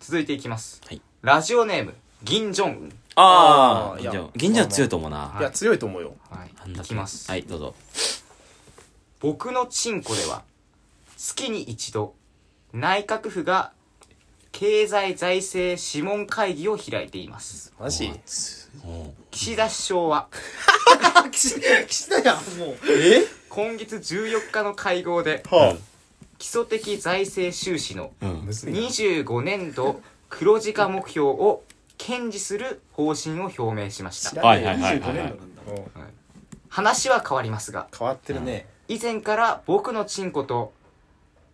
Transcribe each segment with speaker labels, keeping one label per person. Speaker 1: 続いていきます。
Speaker 2: はい
Speaker 1: ラジオネーム、銀正恩。
Speaker 2: あ
Speaker 3: あー
Speaker 2: あ
Speaker 3: いや
Speaker 2: 銀城銀城は強いと思う
Speaker 1: ま
Speaker 2: な
Speaker 1: あ
Speaker 3: いや強いと思うよ
Speaker 1: は
Speaker 2: なん
Speaker 1: い。
Speaker 2: だ
Speaker 1: い
Speaker 2: っけ
Speaker 1: きます。
Speaker 2: はいどうぞ
Speaker 1: 僕のチンコでは、月に一度、内閣府が経済財政諮問会議を開いています。
Speaker 3: マジ
Speaker 1: 岸田首相は、
Speaker 3: あ岸岸田やもう
Speaker 1: 今月14日の会合で、
Speaker 3: は
Speaker 1: 基礎的財政収支の
Speaker 2: う
Speaker 3: あ
Speaker 2: ん
Speaker 3: むずいな
Speaker 1: 25年度黒字化目標を堅持する方針を表明しまし
Speaker 3: 知
Speaker 1: た
Speaker 3: らねえよ
Speaker 2: はいはいはいはい
Speaker 3: 25年度なんだもん
Speaker 1: 話は変わりますが
Speaker 3: 変わってるね
Speaker 1: 以前から僕のチンコと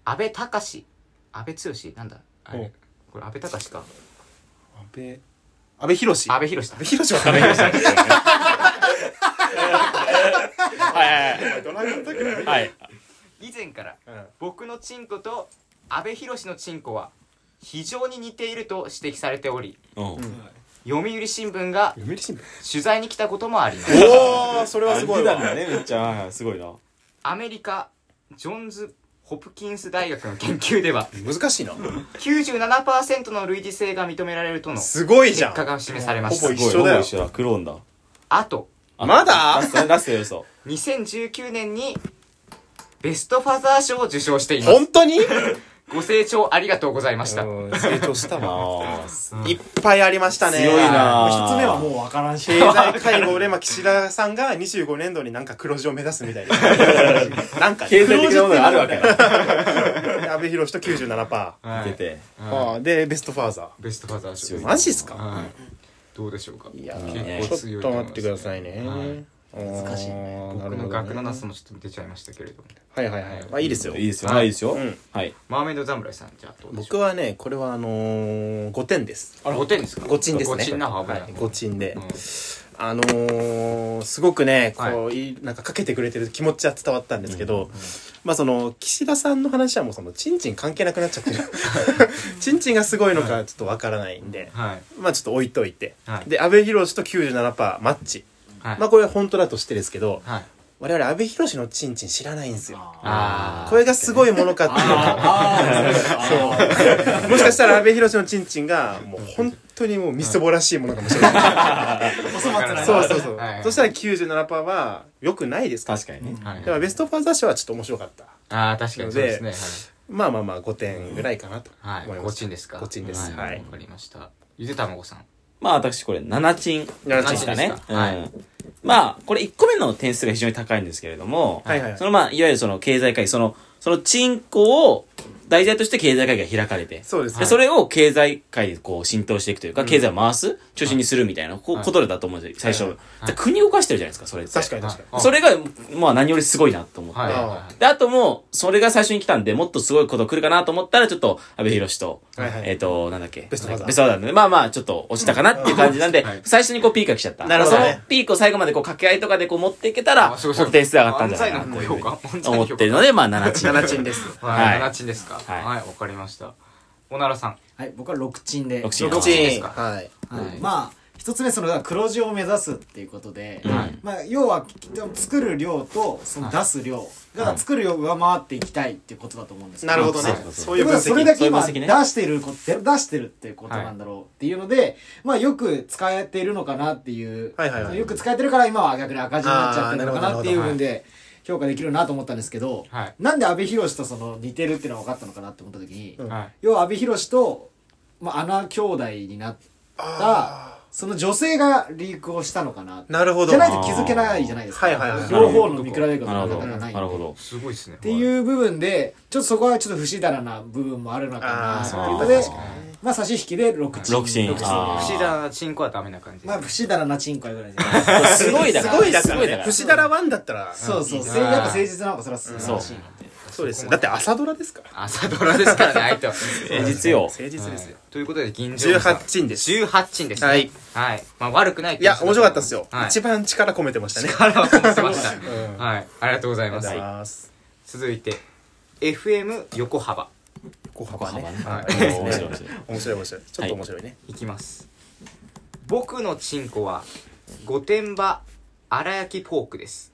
Speaker 1: 安倍隆安倍剛なんだあれこれ安倍隆か
Speaker 3: 安倍安倍博士
Speaker 1: 安
Speaker 3: 安
Speaker 1: 倍博だ
Speaker 3: 倍博士は安倍博士
Speaker 2: はい
Speaker 3: ドラゴンタク
Speaker 2: はいはい
Speaker 1: 以前から
Speaker 3: うん
Speaker 1: 僕のチンコと安倍博のチンコは非常に似ていると指摘されており
Speaker 2: うん
Speaker 1: 読売新聞が
Speaker 3: 読売新聞
Speaker 1: 取材に来たこともあります
Speaker 3: おおそれはすごいわ
Speaker 2: あ見てたんだねめっちゃはいはいすごいな
Speaker 1: アメリカジョンズ・ホプキンス大学の研究では
Speaker 3: 難しいな
Speaker 1: 97%の類似性が認められるとの
Speaker 3: すごいじ
Speaker 1: 結
Speaker 3: ゃん
Speaker 1: 果が示されまし
Speaker 3: ほ
Speaker 1: た
Speaker 3: ぼ一緒だよ
Speaker 2: ほぼ一緒だクローンだ
Speaker 1: あと
Speaker 2: あ
Speaker 3: まだ
Speaker 2: ラストラストよそ
Speaker 1: 2019年にベストファザー賞を受賞しています
Speaker 3: 本当に
Speaker 1: ご清聴ありがとうございました
Speaker 3: うん成長したわ
Speaker 2: あ
Speaker 3: いっぱいありましたね
Speaker 2: 強いな
Speaker 4: 一つ目はもう分からんし
Speaker 3: 経済会合で、まあ、岸田さんが25年度になんか黒字を目指すみたいな。 なんか、
Speaker 2: あ経済的なものがあるわけだ
Speaker 3: 安倍博士と97%。
Speaker 1: は
Speaker 2: 出
Speaker 1: い
Speaker 2: て
Speaker 3: ああで、ベストファーザ
Speaker 1: ベストファザー
Speaker 2: 強
Speaker 1: 賞
Speaker 2: い
Speaker 3: ー。マジっすか
Speaker 1: はいどうでしょうか
Speaker 3: いや
Speaker 2: ー
Speaker 1: 結構
Speaker 3: ちょ
Speaker 1: 強
Speaker 3: っ
Speaker 1: いと
Speaker 3: と
Speaker 1: 思いま
Speaker 3: 待っ
Speaker 1: す
Speaker 3: てくださいね
Speaker 1: はい。
Speaker 3: 難しいね
Speaker 1: 僕の学のナスもちょっと出ちゃいましたけれども
Speaker 3: はいはいはい。まあ、いいですよ。
Speaker 2: いいですよはいいいですよ
Speaker 3: うん
Speaker 2: はい
Speaker 1: マーメイド侍さんじゃあどうでしょ
Speaker 3: 僕はね、これはあのー、5点です。
Speaker 1: う5点ですか
Speaker 3: 5鎮ですね。
Speaker 1: 5点な危ない
Speaker 3: はい5鎮で
Speaker 1: う。ん
Speaker 3: あのー、すごくね、こう、いい、なんかかけてくれてる気持ちは伝わったんですけど、まあその、岸田さんの話はもうその、ちんちん関係なくなっちゃってる。 ちんちんがすごいのかちょっとわからないんで、
Speaker 1: はい
Speaker 3: まあちょっと置いといて。
Speaker 1: はい
Speaker 3: で、安倍博士と97%マッチ。
Speaker 1: はい
Speaker 3: まあこれは本当だとしてですけど、
Speaker 1: はい
Speaker 3: 我々安倍博士のちんちん知らないんですよ。
Speaker 1: あー
Speaker 3: これがすごいものかっていうの
Speaker 4: ああそう
Speaker 3: が、もしかしたら安倍博士のちんちんが、もう本当にもうみそぼらしいものかもしれない。
Speaker 4: お粗末な
Speaker 3: そうそうそう
Speaker 1: はい。
Speaker 3: そしたら97%は良くないですから
Speaker 2: 確かにね
Speaker 1: はい
Speaker 3: でもベストファーザー賞はちょっと面白かった。
Speaker 1: ああ、確かにそうですね。
Speaker 3: まあまあまあ5点ぐらいかなと
Speaker 1: はい。
Speaker 3: 思
Speaker 1: はいい。
Speaker 3: ま
Speaker 1: ご
Speaker 3: す。
Speaker 1: ちんですか
Speaker 3: ごちんです。は
Speaker 1: わ
Speaker 3: い。
Speaker 1: かりました。ゆでたまごさん。
Speaker 2: まあ私これ7チン
Speaker 3: 7
Speaker 2: でした
Speaker 1: 7チン
Speaker 2: ね
Speaker 1: です。かはい
Speaker 2: うんまあこれ1個目の点数が非常に高いんですけれども、
Speaker 3: はいはいはい
Speaker 2: そのまあいわゆるその経済会議、その、そのチンコを題材として経済会議が開かれて、
Speaker 3: そうです
Speaker 2: で
Speaker 3: ね。
Speaker 2: それを経済界にこう浸透していくというか、経済を回す、中心にするみたいなこ
Speaker 1: はい
Speaker 2: ことだと思うんですよ、最初。
Speaker 3: はい
Speaker 2: で国を動かしてるじゃないですか、それって。
Speaker 3: 確かに確か
Speaker 1: はい
Speaker 2: それが、まあ何よりすごいなと思って。
Speaker 1: はい。
Speaker 3: あー
Speaker 1: はい
Speaker 2: で、あともう、それが最初に来たんで、もっとすごいこと来るかなと思ったら、ちょっと、安倍博士と、
Speaker 3: はいはい
Speaker 2: えっ、と、なんだっけ、
Speaker 3: ベストファーザー
Speaker 2: ベストファーザーなんで、まあまあ、ちょっと落ちたかなっていう感じなんで、
Speaker 1: はい
Speaker 2: 最初にこう、ピークが来ちゃった。
Speaker 3: なるほどね
Speaker 2: そのピークを最後までこう、掛け合いとかでこう、持っていけた
Speaker 1: あ
Speaker 2: ら、
Speaker 1: すごいすごい
Speaker 2: 点数上がったんじゃないかな、
Speaker 1: 漫
Speaker 2: こうい
Speaker 1: 才の
Speaker 2: う
Speaker 1: 評
Speaker 2: ふう
Speaker 1: 価漫
Speaker 2: に
Speaker 1: 才の
Speaker 2: 思
Speaker 1: 評価
Speaker 2: ってるので、まあ、7チーム。
Speaker 3: 7チン です。
Speaker 1: は
Speaker 2: はい
Speaker 1: い。7チンですか。
Speaker 2: はい
Speaker 1: はい。わかりました。おならさん。
Speaker 4: はい僕は6チンで
Speaker 2: 六チン
Speaker 3: 6
Speaker 1: チンで
Speaker 3: チ
Speaker 1: す
Speaker 3: ン。
Speaker 1: か
Speaker 3: はい。
Speaker 4: はいまあ一つ目その黒字を目指すっていうことで、
Speaker 2: はい
Speaker 4: まあ、要は作る量とその出す量が作る量を上回っていきたいっていうことだと思うんですけ
Speaker 3: なるほどね
Speaker 2: そうそう。そう
Speaker 3: そういう分
Speaker 4: それだ
Speaker 3: 析。
Speaker 4: け今
Speaker 2: そうい
Speaker 4: 出
Speaker 2: う分析ね
Speaker 4: してるこ出してるっていうことなんだろうっていうので、まあよく使えてるのかなっていう、
Speaker 3: はいはいはい
Speaker 4: よく使えてるから今は逆に赤字になっちゃってるのか
Speaker 3: あーなる
Speaker 4: な
Speaker 3: ほ
Speaker 4: っ
Speaker 3: ど
Speaker 4: て
Speaker 3: ないる
Speaker 4: う
Speaker 3: ほど
Speaker 4: 部分で評価できるなと思ったんですけど、
Speaker 1: はい
Speaker 4: なんで阿部寛とその似てるっていうのが分かったのかなって思った時に、
Speaker 3: ん
Speaker 1: はい。
Speaker 4: 要は阿部寛と、まあ、アナ兄弟になったその女性がリークをしたのかな
Speaker 3: なるほど。
Speaker 4: じゃないと気づけないじゃないですか、
Speaker 3: はいはいはい
Speaker 4: 両方の見比べ方
Speaker 2: な
Speaker 4: が
Speaker 2: るほ
Speaker 4: なか
Speaker 2: ど。
Speaker 4: なか
Speaker 2: な
Speaker 4: ない
Speaker 2: るほど。
Speaker 1: すごいですね。っ
Speaker 4: っていう部分でちょっとそこはちょっと不死だらな部分もあるのかな
Speaker 3: あー
Speaker 4: って
Speaker 3: そう
Speaker 4: いうの
Speaker 2: あ
Speaker 4: で
Speaker 2: ー確
Speaker 4: まあ差し引きで6チン
Speaker 2: 6チン。
Speaker 1: 不
Speaker 2: あー
Speaker 1: 思議なチンコはダメな感じで
Speaker 4: まあ
Speaker 1: す。
Speaker 4: 不死だらなチンコやぐらいです
Speaker 2: すごいだ
Speaker 3: す
Speaker 2: から。
Speaker 3: ごいだか
Speaker 2: す
Speaker 3: らね。節だら1だったら。
Speaker 4: そうそう
Speaker 1: うん
Speaker 4: せいやっぱ誠実なのがそれは素晴らしい
Speaker 3: そうですよ。だって朝ドラですから。
Speaker 1: 朝ドラですからね、 相手は。
Speaker 2: 誠実よ。
Speaker 3: 誠実です
Speaker 1: はい
Speaker 3: よ。
Speaker 1: ということで、銀城さん。
Speaker 3: 18チンです。い
Speaker 1: 18チンですね。
Speaker 3: はい。
Speaker 1: はい。まあ悪くない
Speaker 3: や、面白かったですよ
Speaker 1: は。い
Speaker 3: 一番力込めてましたね。
Speaker 1: 力を込めてました。
Speaker 3: ん
Speaker 1: はい。ありがとうござい
Speaker 3: ありが
Speaker 1: ます
Speaker 3: とうござい。ます。
Speaker 1: 続いて、FM 横幅。
Speaker 3: 横幅ね。
Speaker 1: は
Speaker 2: おー面白い面白い
Speaker 3: 面白い面白い。ちょっと面白いね。
Speaker 1: いきます僕のチンコは御殿場荒焼きポークです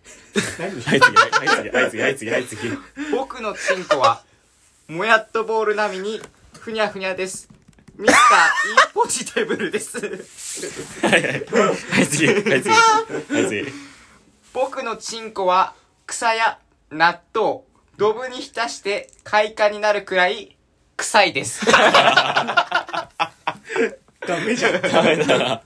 Speaker 2: はい、次、はい、次、はい、次、はい、次、はい、次。
Speaker 1: 僕のチンコはもやっとボール並みにふにゃふにゃですミスター E ポジティブルです。
Speaker 2: はいはい。はい、次。はい、次。はい、次。
Speaker 1: 僕のチンコは草や納豆、ドブに浸して開花になるくらい臭いです。
Speaker 3: ダメじゃん。
Speaker 2: ダメだな。は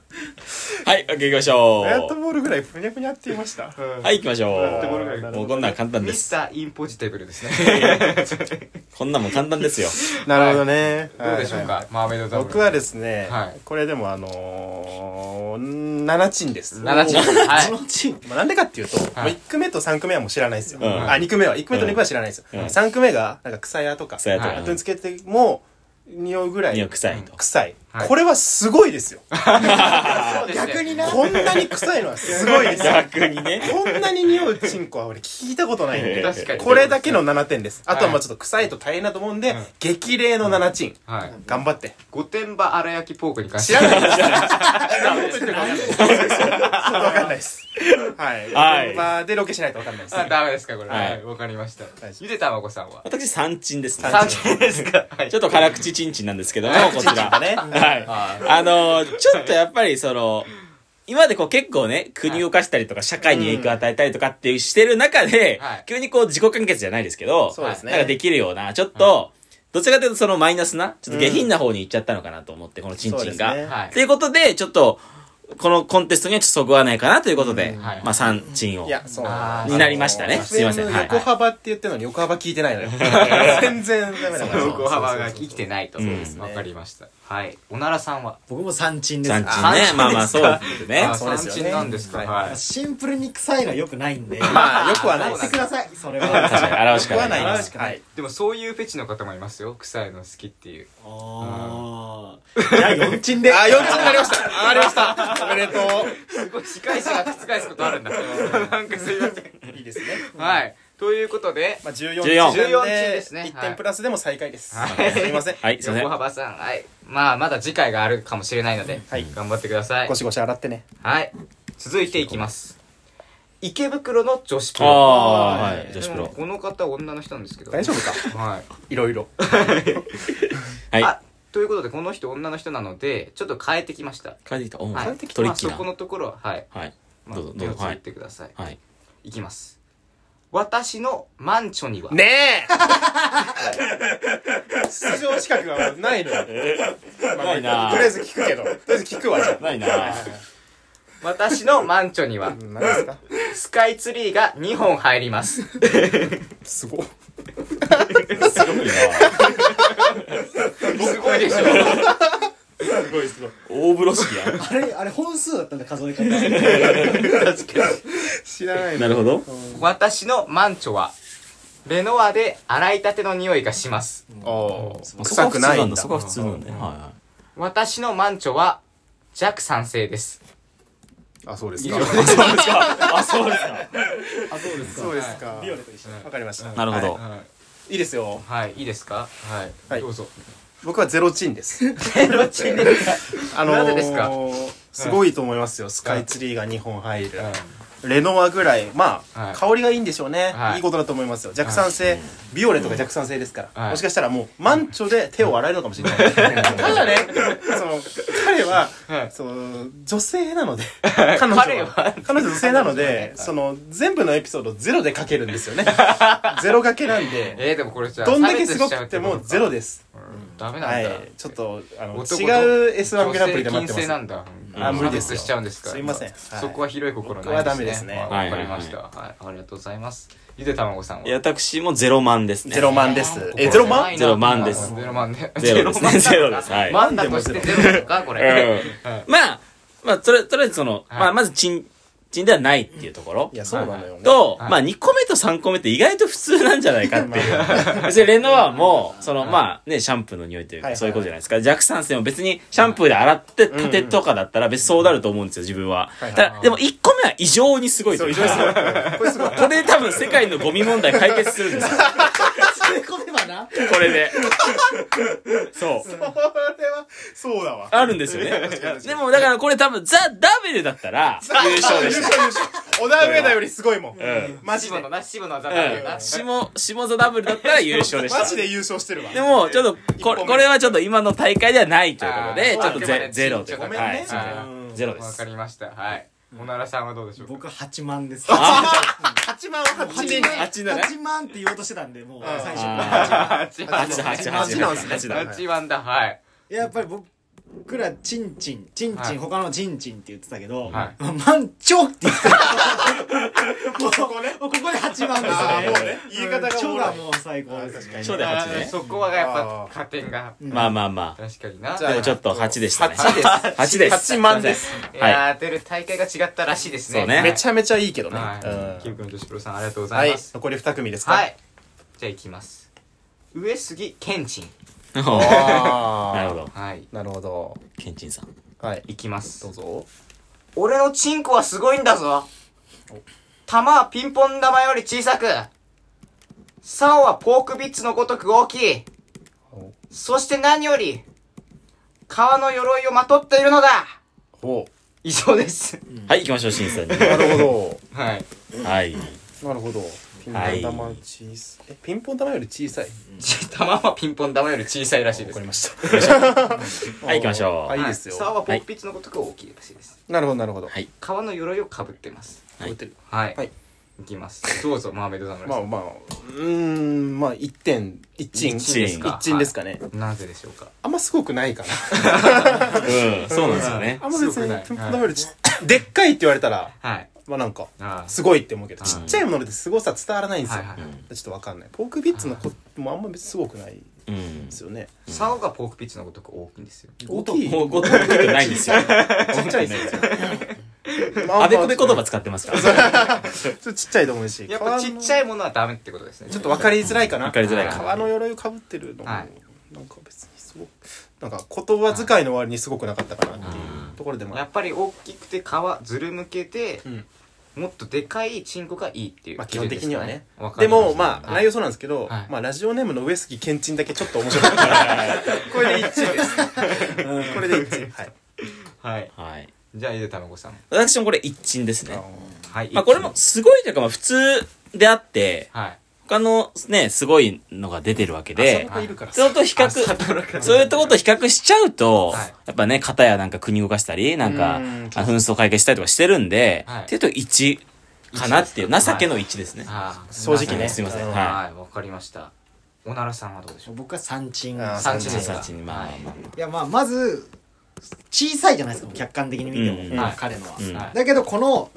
Speaker 2: い、OK、行きましょう。
Speaker 3: ヤットボールぐらいふにゃふにゃって言いました。
Speaker 2: はい、行きましょ。
Speaker 3: ットボールぐらいう
Speaker 2: もうこんなん簡単で
Speaker 1: ミス
Speaker 2: す。
Speaker 1: ターインポジティブルですね。
Speaker 2: こんなんも簡単ですよ。
Speaker 3: なるほどね。
Speaker 1: どうでしょう
Speaker 3: はいはい
Speaker 1: かマーメイドダブル。
Speaker 3: 僕はですね
Speaker 1: はい、
Speaker 3: これでもあのー、7チンです。
Speaker 1: 7チーム。
Speaker 4: そ
Speaker 1: は
Speaker 4: のチー
Speaker 3: ま
Speaker 4: ム
Speaker 3: あなんでかっていうと、
Speaker 1: はい
Speaker 3: もう1句目と3句目はもう知らないですよ。
Speaker 2: うん
Speaker 3: あ、2句目は、1句目と2句目は知らないですよ。
Speaker 2: うん
Speaker 3: 3句目が、なんか草屋とか、
Speaker 2: 草屋と
Speaker 1: か
Speaker 3: 本当につけても、匂うぐらい。
Speaker 2: 匂い臭いと。
Speaker 3: 臭い
Speaker 1: はい
Speaker 3: これはすごいですよ。
Speaker 1: い。そうですね
Speaker 4: 逆にな
Speaker 3: こんなに臭いのはすごいですよ。
Speaker 2: 逆にね。
Speaker 3: こんなに匂うチンコは俺聞いたことないんで。
Speaker 1: 確かに。
Speaker 3: これだけの7点です。あとはま
Speaker 1: は
Speaker 3: あ
Speaker 1: い
Speaker 3: ちょっと臭いと大変だと思うん
Speaker 1: う
Speaker 3: で、
Speaker 1: ん
Speaker 3: 激励の7チン。
Speaker 1: はい。
Speaker 3: 頑張って。
Speaker 1: 御殿場荒焼きポークに関し
Speaker 3: 知
Speaker 1: て。
Speaker 3: らないです。
Speaker 1: 知らない。
Speaker 3: わかんないです。はい。
Speaker 2: はい
Speaker 3: まあ、でロケしないとわかんないです。
Speaker 1: あ、ダメですか、これ。
Speaker 2: は
Speaker 1: はいい。わかりました
Speaker 3: 大。丈夫
Speaker 1: ゆでたまごさんは。
Speaker 2: 私、三チンですね。
Speaker 1: 三
Speaker 3: 三チ
Speaker 1: 点ですか。はい
Speaker 2: ちょっと辛口チンチンなんですけども、こちら。
Speaker 3: ね。
Speaker 2: はい。
Speaker 1: は
Speaker 2: あのー、ちょっとやっぱりその、今までこう結構ね、国を動かしたりとか、社会に影響を与えたりとかっていうしてる中で
Speaker 1: はい、
Speaker 2: 急にこう自己完結じゃないですけど、
Speaker 3: そうですね
Speaker 2: なんかできるような、ちょっと、どちらかというとそのマイナスな、ちょっと下品な方に行っちゃったのかなと思って、このチン
Speaker 3: そう
Speaker 2: チ
Speaker 3: で
Speaker 2: ン
Speaker 3: す
Speaker 2: が。
Speaker 3: ね
Speaker 1: は
Speaker 2: っ
Speaker 1: い
Speaker 2: て。いうことで、ちょっと、このコンテストにはちょっとそぐわないかなということで、
Speaker 1: んはい
Speaker 2: まあ3チンを。
Speaker 3: いや、そう
Speaker 1: あー
Speaker 2: になりましたねすいません
Speaker 3: FM
Speaker 2: はい
Speaker 3: 横幅って言ってるのに横幅聞いてない のよ。全然ダメだから。
Speaker 1: 横幅が生きてないと。
Speaker 2: そうです
Speaker 1: わかりました。はい。おならさんは
Speaker 4: 僕も三チンです
Speaker 2: 3
Speaker 4: あ
Speaker 2: チンね。まあまあそうですね。
Speaker 1: あ、
Speaker 3: そうです
Speaker 1: 三
Speaker 3: よね
Speaker 1: 鎮なんですか。
Speaker 3: はい
Speaker 1: はい。
Speaker 4: シンプルに臭いのは良くないんで
Speaker 3: まあ、よくはない
Speaker 4: 直
Speaker 3: で
Speaker 4: して
Speaker 3: す。
Speaker 4: くださいそれ
Speaker 2: 確
Speaker 4: は
Speaker 2: かに、表しか
Speaker 3: よくは
Speaker 2: ない。
Speaker 3: ない
Speaker 4: 表
Speaker 3: で
Speaker 4: し
Speaker 3: す。
Speaker 4: か
Speaker 3: は
Speaker 4: ない
Speaker 3: い。
Speaker 1: でもそういうフェチの方もいますよ。臭いの好きっていう。
Speaker 4: あーじゃあ四チンで
Speaker 3: あ、4つになりました。上がりました。おめでと
Speaker 1: すごい、司会者が覆すことあるん だ。なんかすいません。
Speaker 3: う。いいですね。
Speaker 1: はい。ということで、
Speaker 3: まあ、14
Speaker 2: 14
Speaker 1: 14ですね
Speaker 3: 1点プラスでも最下位です。
Speaker 1: はい
Speaker 3: すいません。
Speaker 2: はい、すいません
Speaker 1: 横。幅さん、はい。まあ、まだ次回があるかもしれないので、
Speaker 3: はい
Speaker 1: 頑張ってください
Speaker 3: ゴ。シゴシ洗ってね。
Speaker 1: はい。続いていきます。池袋の女子プ
Speaker 2: あ
Speaker 1: ロ。
Speaker 2: あ、はい、女
Speaker 1: で
Speaker 2: 子プ
Speaker 1: も
Speaker 2: ロ。
Speaker 1: この方、女の人なんですけど。
Speaker 3: 大丈夫か
Speaker 1: はい。
Speaker 3: いろいろ。
Speaker 2: はい
Speaker 1: あ。ということで、この人、女の人なので、ちょっと変えてきました。
Speaker 2: 帰ってきた。おう
Speaker 1: はい
Speaker 2: トリッキー
Speaker 1: まあ、そこ
Speaker 2: な。
Speaker 1: のところは、はい。
Speaker 2: はい。
Speaker 1: まあ、
Speaker 2: どうぞ
Speaker 1: 手
Speaker 2: どう
Speaker 1: を
Speaker 2: ぞ。は
Speaker 1: つい
Speaker 2: い。
Speaker 1: てください。
Speaker 2: はい。
Speaker 1: いきます。私のマンチョには。
Speaker 3: ね え出場資格がないのよ。
Speaker 2: ないな
Speaker 3: とりあえず聞くけど。とりあえず聞くわ、じゃあ。
Speaker 2: ないな
Speaker 1: 私のマンチョには
Speaker 3: う、ん何ですか
Speaker 1: スカイツリーが2本入ります。
Speaker 3: すご
Speaker 2: すごい
Speaker 3: い。
Speaker 2: な
Speaker 1: すごいでしょ。
Speaker 3: すごい、すごい。
Speaker 2: 大風呂敷や。
Speaker 4: あれあれ本数だったんだ 数え方
Speaker 3: 知らな い
Speaker 2: なるほ
Speaker 3: の。
Speaker 2: ど。
Speaker 1: 私のマンチョは、レノアで洗いたての匂いがします。
Speaker 3: おー
Speaker 2: そ
Speaker 3: 臭
Speaker 2: こは
Speaker 3: く
Speaker 2: 普通
Speaker 3: ない
Speaker 2: なんんだ。
Speaker 3: だ。
Speaker 2: そこは普通なんだよ。はいは
Speaker 1: 私のマンチョは、弱酸性です。
Speaker 3: あ、そうですか。
Speaker 2: い。あ、そうですか。
Speaker 4: あそうです
Speaker 3: そうですか。
Speaker 4: ビオレと一緒
Speaker 3: わかりました。
Speaker 2: なるほど。
Speaker 1: はい
Speaker 3: いですよ。
Speaker 1: はい、いいですかはい。
Speaker 3: はい
Speaker 1: どうぞ。
Speaker 3: 僕はゼロチンです。 あのー
Speaker 1: なぜですか
Speaker 3: すごいと思いますよ。スカイツリーが2本入る。レノアぐらい。ま
Speaker 1: は
Speaker 3: あ
Speaker 1: い、
Speaker 3: 香りがいいんでしょうね
Speaker 1: は。い
Speaker 3: いいことだと思いますよ。弱酸性。ビオレとか弱酸性ですか
Speaker 1: は
Speaker 3: ら。
Speaker 1: い
Speaker 3: もしかしたらもう、マンチョで手を洗えるのかもしれない。ただね、 その、彼は、
Speaker 1: はい
Speaker 3: その、女性なので、彼女
Speaker 1: 彼
Speaker 3: は
Speaker 1: は、
Speaker 3: 彼女女性なので、その、全部のエピソードゼロで書けるんです よね。ゼロ書けなんで、
Speaker 1: えー、でもこれじゃあ、
Speaker 3: どんだけす
Speaker 1: 差別
Speaker 3: ご
Speaker 1: しち
Speaker 3: く
Speaker 1: ゃう
Speaker 3: ても
Speaker 1: ことか
Speaker 3: ゼロ。です。
Speaker 1: うんダメな
Speaker 3: は
Speaker 1: んだ。
Speaker 3: い。ちょっと、あの、
Speaker 1: 男と
Speaker 3: 違う S1 グランプリで待
Speaker 1: 女性禁
Speaker 3: ってま
Speaker 1: 制
Speaker 3: す。
Speaker 1: なんだ。
Speaker 3: あ無理ですよ
Speaker 1: 差別しちゃうんですから。
Speaker 3: すいませんはい
Speaker 1: そこは広い心ない
Speaker 3: 僕はダメですね
Speaker 1: わかりました。はい。ありがとうございます。ゆでたまごさんは。
Speaker 2: いや私もゼロ万ですね。
Speaker 3: ゼロ万です。
Speaker 1: ここ
Speaker 3: え、ゼロ万
Speaker 1: 狭いな
Speaker 2: ゼロ万です
Speaker 1: ゼロ万で。
Speaker 2: ゼロ ですね。ゼロです。はい。
Speaker 1: 万だとしてゼロなのか、こ
Speaker 2: うん
Speaker 1: れ。
Speaker 2: まあ、まあ、とりあえとりあえずその、
Speaker 1: はい
Speaker 2: まあ、まず、チン、チンではないっていうところ
Speaker 3: い。や、そうなのよね。
Speaker 2: と、
Speaker 1: はい
Speaker 2: まあ、2個目と3個目って意外と普通なんじゃないかっていう。
Speaker 3: まあ
Speaker 2: 別にレノアも、その、まあね、シャンプーの匂いという
Speaker 3: はいはいは
Speaker 2: か、
Speaker 3: い
Speaker 2: そういうことじゃないですか。弱酸性も別にシャンプーで洗って、縦とかだったら別にそうなると思うんですよ、自分は。
Speaker 3: はいはい
Speaker 2: ただ、でも1個目は異常にすごいと
Speaker 3: そう、
Speaker 2: い
Speaker 3: 異
Speaker 2: う
Speaker 3: 常にすごい。これすご い。
Speaker 2: これで多分世界のゴミ問題解決するんですよ。
Speaker 4: これはな
Speaker 2: これで。そう。
Speaker 3: これは、そうだわ。
Speaker 2: あるんですよね。でも、だからこれ多分、ザ・ダブルだったら、優勝でした。
Speaker 3: 小田上田よりすごいもん。
Speaker 2: うん。
Speaker 3: マジで
Speaker 1: 下。野な、下野は残念
Speaker 2: う。。
Speaker 1: なん
Speaker 2: 下、下座ダブルだったら優勝でした。
Speaker 3: マジで優勝してるわ。
Speaker 2: でも、ちょっと、これ、これはちょっと今の大会ではないということ
Speaker 1: あー
Speaker 2: で、ちょっと
Speaker 1: あくま
Speaker 2: ゼ
Speaker 1: で
Speaker 2: ゼロという
Speaker 1: ご
Speaker 2: か、
Speaker 1: めんね
Speaker 2: はい
Speaker 1: あ
Speaker 3: ー。
Speaker 2: ゼロで
Speaker 1: わ
Speaker 2: す
Speaker 1: か。りました。はい。小野原さんはどうでしょうか
Speaker 4: 僕8万です
Speaker 3: 8万は8人。
Speaker 2: 八だね
Speaker 4: 8万って言おうとしてたんでもう最初
Speaker 2: あ
Speaker 1: 8
Speaker 2: ー八だ、八だ、八だ、
Speaker 3: なんすね
Speaker 2: 八だ。
Speaker 1: 8番だ、はい。
Speaker 4: いややっぱり僕らチンチンチンチン、
Speaker 1: はい
Speaker 4: 他のチンチンって言ってたけど、
Speaker 1: は
Speaker 4: 満潮って言ってたもうここねここで8番です
Speaker 3: あー
Speaker 4: ね
Speaker 3: もうね言い方がお
Speaker 4: 超
Speaker 3: もろい
Speaker 4: がもう最高ですね
Speaker 2: 超で
Speaker 1: あ
Speaker 2: 八
Speaker 1: ー
Speaker 2: ね。
Speaker 1: そこはやっぱ加点が。
Speaker 2: まあまあま
Speaker 1: 確かにな。
Speaker 3: じ
Speaker 2: あ。
Speaker 3: ゃあ
Speaker 2: でもちょっと八でしたね。
Speaker 3: 8です
Speaker 2: 八です。
Speaker 3: 8万です。
Speaker 1: い
Speaker 2: はい
Speaker 1: やー、出る大会が違ったらしいですね。
Speaker 2: そうね
Speaker 3: めちゃめちゃいいけどね。
Speaker 1: はい。キ
Speaker 3: う
Speaker 1: ム
Speaker 3: ん
Speaker 1: 君女子プロさん、ありがとうござ
Speaker 3: はいい
Speaker 1: ま。す。
Speaker 3: 残り2組ですか。
Speaker 1: はい。じゃあ行きます。上杉健珍。
Speaker 2: おー な
Speaker 3: な
Speaker 2: るほ。ど。
Speaker 1: はい。
Speaker 3: なるほど。
Speaker 2: ケンチンさん。
Speaker 3: はい。
Speaker 1: 行きます
Speaker 3: どう。ぞ。
Speaker 1: 俺のチンコはすごいんだぞ玉はピンポン玉より小さく竿はポークビッツのごとく大きい
Speaker 3: お
Speaker 1: そして何より皮の鎧をまとっているのだ
Speaker 3: ほ
Speaker 1: 以上です。
Speaker 2: はい、行きましょう、シンさんに。
Speaker 3: う。なるほ
Speaker 1: はい。
Speaker 2: はい。
Speaker 3: ど。なるほど。ピンポン玉小さい。え、ピンポン玉より小さい
Speaker 1: 玉はピンポン玉より小さいらしい
Speaker 3: わ
Speaker 1: で
Speaker 3: か
Speaker 1: す
Speaker 3: り。ました。
Speaker 2: はい、行きましょ
Speaker 3: あ
Speaker 2: う。
Speaker 3: いいですよ
Speaker 1: は竿はポークビッツのごとく大きいらしいです。
Speaker 3: なるほど、なるほど。
Speaker 2: はい
Speaker 1: 皮の鎧をかぶってます。
Speaker 2: はい
Speaker 3: 覚えてる
Speaker 1: はい。
Speaker 3: はい
Speaker 1: いきます。どうぞ、マーメイド侍
Speaker 3: ま
Speaker 1: さ
Speaker 3: あ
Speaker 1: ん。
Speaker 3: まあ、うーん、まあ、1点、1チン。
Speaker 2: 一チンです
Speaker 1: か
Speaker 3: 一チンですかね。
Speaker 1: なぜでしょうか
Speaker 3: あんますごくないかな。
Speaker 2: うん、そうなんですよね。
Speaker 3: あんま別
Speaker 1: すごく
Speaker 3: に
Speaker 1: ない
Speaker 3: ピンポン玉よりち、でっかいって言われたら、
Speaker 1: はい。
Speaker 3: まあなんか、
Speaker 1: あ
Speaker 3: すごいって思うけど、
Speaker 1: はい
Speaker 3: ちっちゃいもので凄さ伝わらないんです
Speaker 1: はい
Speaker 3: よ。
Speaker 1: はい。
Speaker 3: ちょっとわかんない。ポークビッツの子もあんま別にすごくないで
Speaker 2: うん。
Speaker 3: すよね。
Speaker 1: 竿がポークビッツのごとく大きいんですよ。
Speaker 3: 大きい。
Speaker 2: もうごとくないんですよ。
Speaker 3: ちっちゃいですよ。
Speaker 2: あべこべ言葉使ってますから。
Speaker 3: ちょっとちっちゃいと思うし。
Speaker 1: やっぱちっち
Speaker 3: い。
Speaker 1: ゃいものはダメってことですね。
Speaker 3: ちょっとわかりづらいかな。
Speaker 2: わかりづらい
Speaker 1: かな
Speaker 3: 革の鎧をかぶってるのも、
Speaker 1: はい
Speaker 3: なんか別にすごく、なんか言葉遣いの割にすごくなかったかなっていうところでもあ
Speaker 1: や
Speaker 3: る
Speaker 1: っ。ぱり大きくて皮ずるむけて、
Speaker 3: うん
Speaker 1: もっとでかいチンコがいいっていう
Speaker 3: まあ
Speaker 1: 基
Speaker 3: 基
Speaker 1: 準
Speaker 3: 本
Speaker 1: で
Speaker 3: 的
Speaker 1: すか
Speaker 3: には
Speaker 1: ね、
Speaker 3: ね。
Speaker 1: わか
Speaker 3: で
Speaker 1: りした
Speaker 3: も、まあ、
Speaker 1: はい
Speaker 3: 内容そうなんですけど、
Speaker 1: はい
Speaker 3: まあ、ラジオネームの上杉健珍だけちょっと面白かったから、 これで一致です。これで一致。はい。
Speaker 1: はい。
Speaker 2: はい。
Speaker 1: じゃあ、ゆでたまごさん。
Speaker 2: 私もこれ一鎮ですね。
Speaker 1: はい。
Speaker 2: まあこれもすごいというかまあ普通であって、
Speaker 1: はい。
Speaker 2: 他のね、すごいのが出てるわけで
Speaker 3: で、あ、そこいるから
Speaker 2: それと比較、そういうとこと比較しちゃうと、
Speaker 1: はい
Speaker 2: やっぱね、片やなんか国動かしたり、なんか、あ紛
Speaker 3: うん
Speaker 2: 争解決したりとかしてるんで、
Speaker 1: はい
Speaker 2: っていうと1かなっていう、
Speaker 1: 一ですか
Speaker 2: 情けの1ですね。
Speaker 1: ああ
Speaker 3: 正直ね
Speaker 2: すいません。
Speaker 3: うん
Speaker 2: は
Speaker 1: はい、わかりました。おならさんはどうでしょう
Speaker 4: 僕は3チン
Speaker 3: あー
Speaker 4: い
Speaker 3: 三
Speaker 2: い。
Speaker 3: 鎮
Speaker 1: ですか
Speaker 2: 1に、まあまあまあ。
Speaker 4: やまあまず小さいじゃないですか客観的に見ても、
Speaker 2: うん
Speaker 4: まあ
Speaker 1: はい
Speaker 4: 彼のは、
Speaker 2: うん
Speaker 1: はい
Speaker 4: だけどこの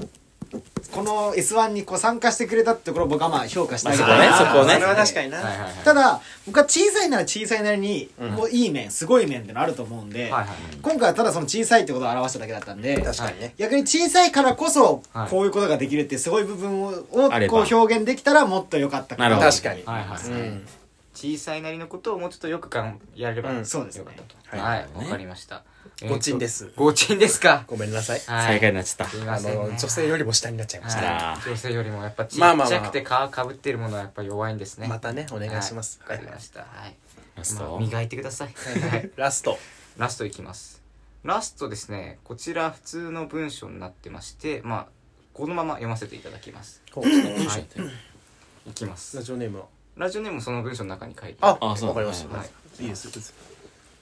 Speaker 4: この S1 にこう参加してくれたってところを僕はまあ評価してあげたい
Speaker 2: まあそこねそこね
Speaker 3: あ
Speaker 4: な
Speaker 3: ーそれは確かにな。
Speaker 1: はいはいはい。
Speaker 4: た
Speaker 1: だ、
Speaker 4: だ僕は小さいなら小さいなりに、
Speaker 3: うん
Speaker 4: もういい面すごい面ってのあると思うんで、
Speaker 1: はいは
Speaker 4: 今回はただその小さいってことを表しただけだったんで
Speaker 3: 確かにね。
Speaker 4: 逆に小さいからこそ
Speaker 1: はい
Speaker 4: こういうことができるってすごい部分をを
Speaker 2: あれば
Speaker 4: こう表現できたらもっと良かったか
Speaker 2: なるほど
Speaker 3: 確かに。
Speaker 1: い。はいはい。
Speaker 3: うん。
Speaker 1: 小さいなりのことをもうちょっとよくかんやれば、
Speaker 3: うん
Speaker 4: そうですね
Speaker 1: よかったと。
Speaker 3: はい
Speaker 1: はい、わかりました。
Speaker 3: ごちんです
Speaker 1: えーとごちんですか。
Speaker 3: ごめんなさい。
Speaker 1: は
Speaker 2: 最
Speaker 1: い。
Speaker 2: 下位になっちゃっ
Speaker 1: すいま
Speaker 3: あ
Speaker 1: せんね。
Speaker 3: の、女性よりも下になっちゃいました。
Speaker 1: は
Speaker 2: あ
Speaker 1: い、女性よりもやっぱちっち
Speaker 3: まあまあまあ
Speaker 1: ゃくて皮かぶってるものはやっぱ弱いんですね
Speaker 3: またね、お願いします。
Speaker 1: はいわ、かりましたはい
Speaker 2: た。ラス
Speaker 1: まあ
Speaker 2: ト。
Speaker 1: 磨いてくださいはい
Speaker 3: ラスト。
Speaker 1: ラストいきますラストですねこちら普通の文章になってましてまあこのまま読ませていただきますはいいきま
Speaker 3: ラ
Speaker 1: す
Speaker 3: ジオネームは。
Speaker 1: ラジオネームもその文章の中に書いてある
Speaker 3: あ、
Speaker 2: あそう
Speaker 3: わかりまし
Speaker 2: は
Speaker 3: た。いいですよ。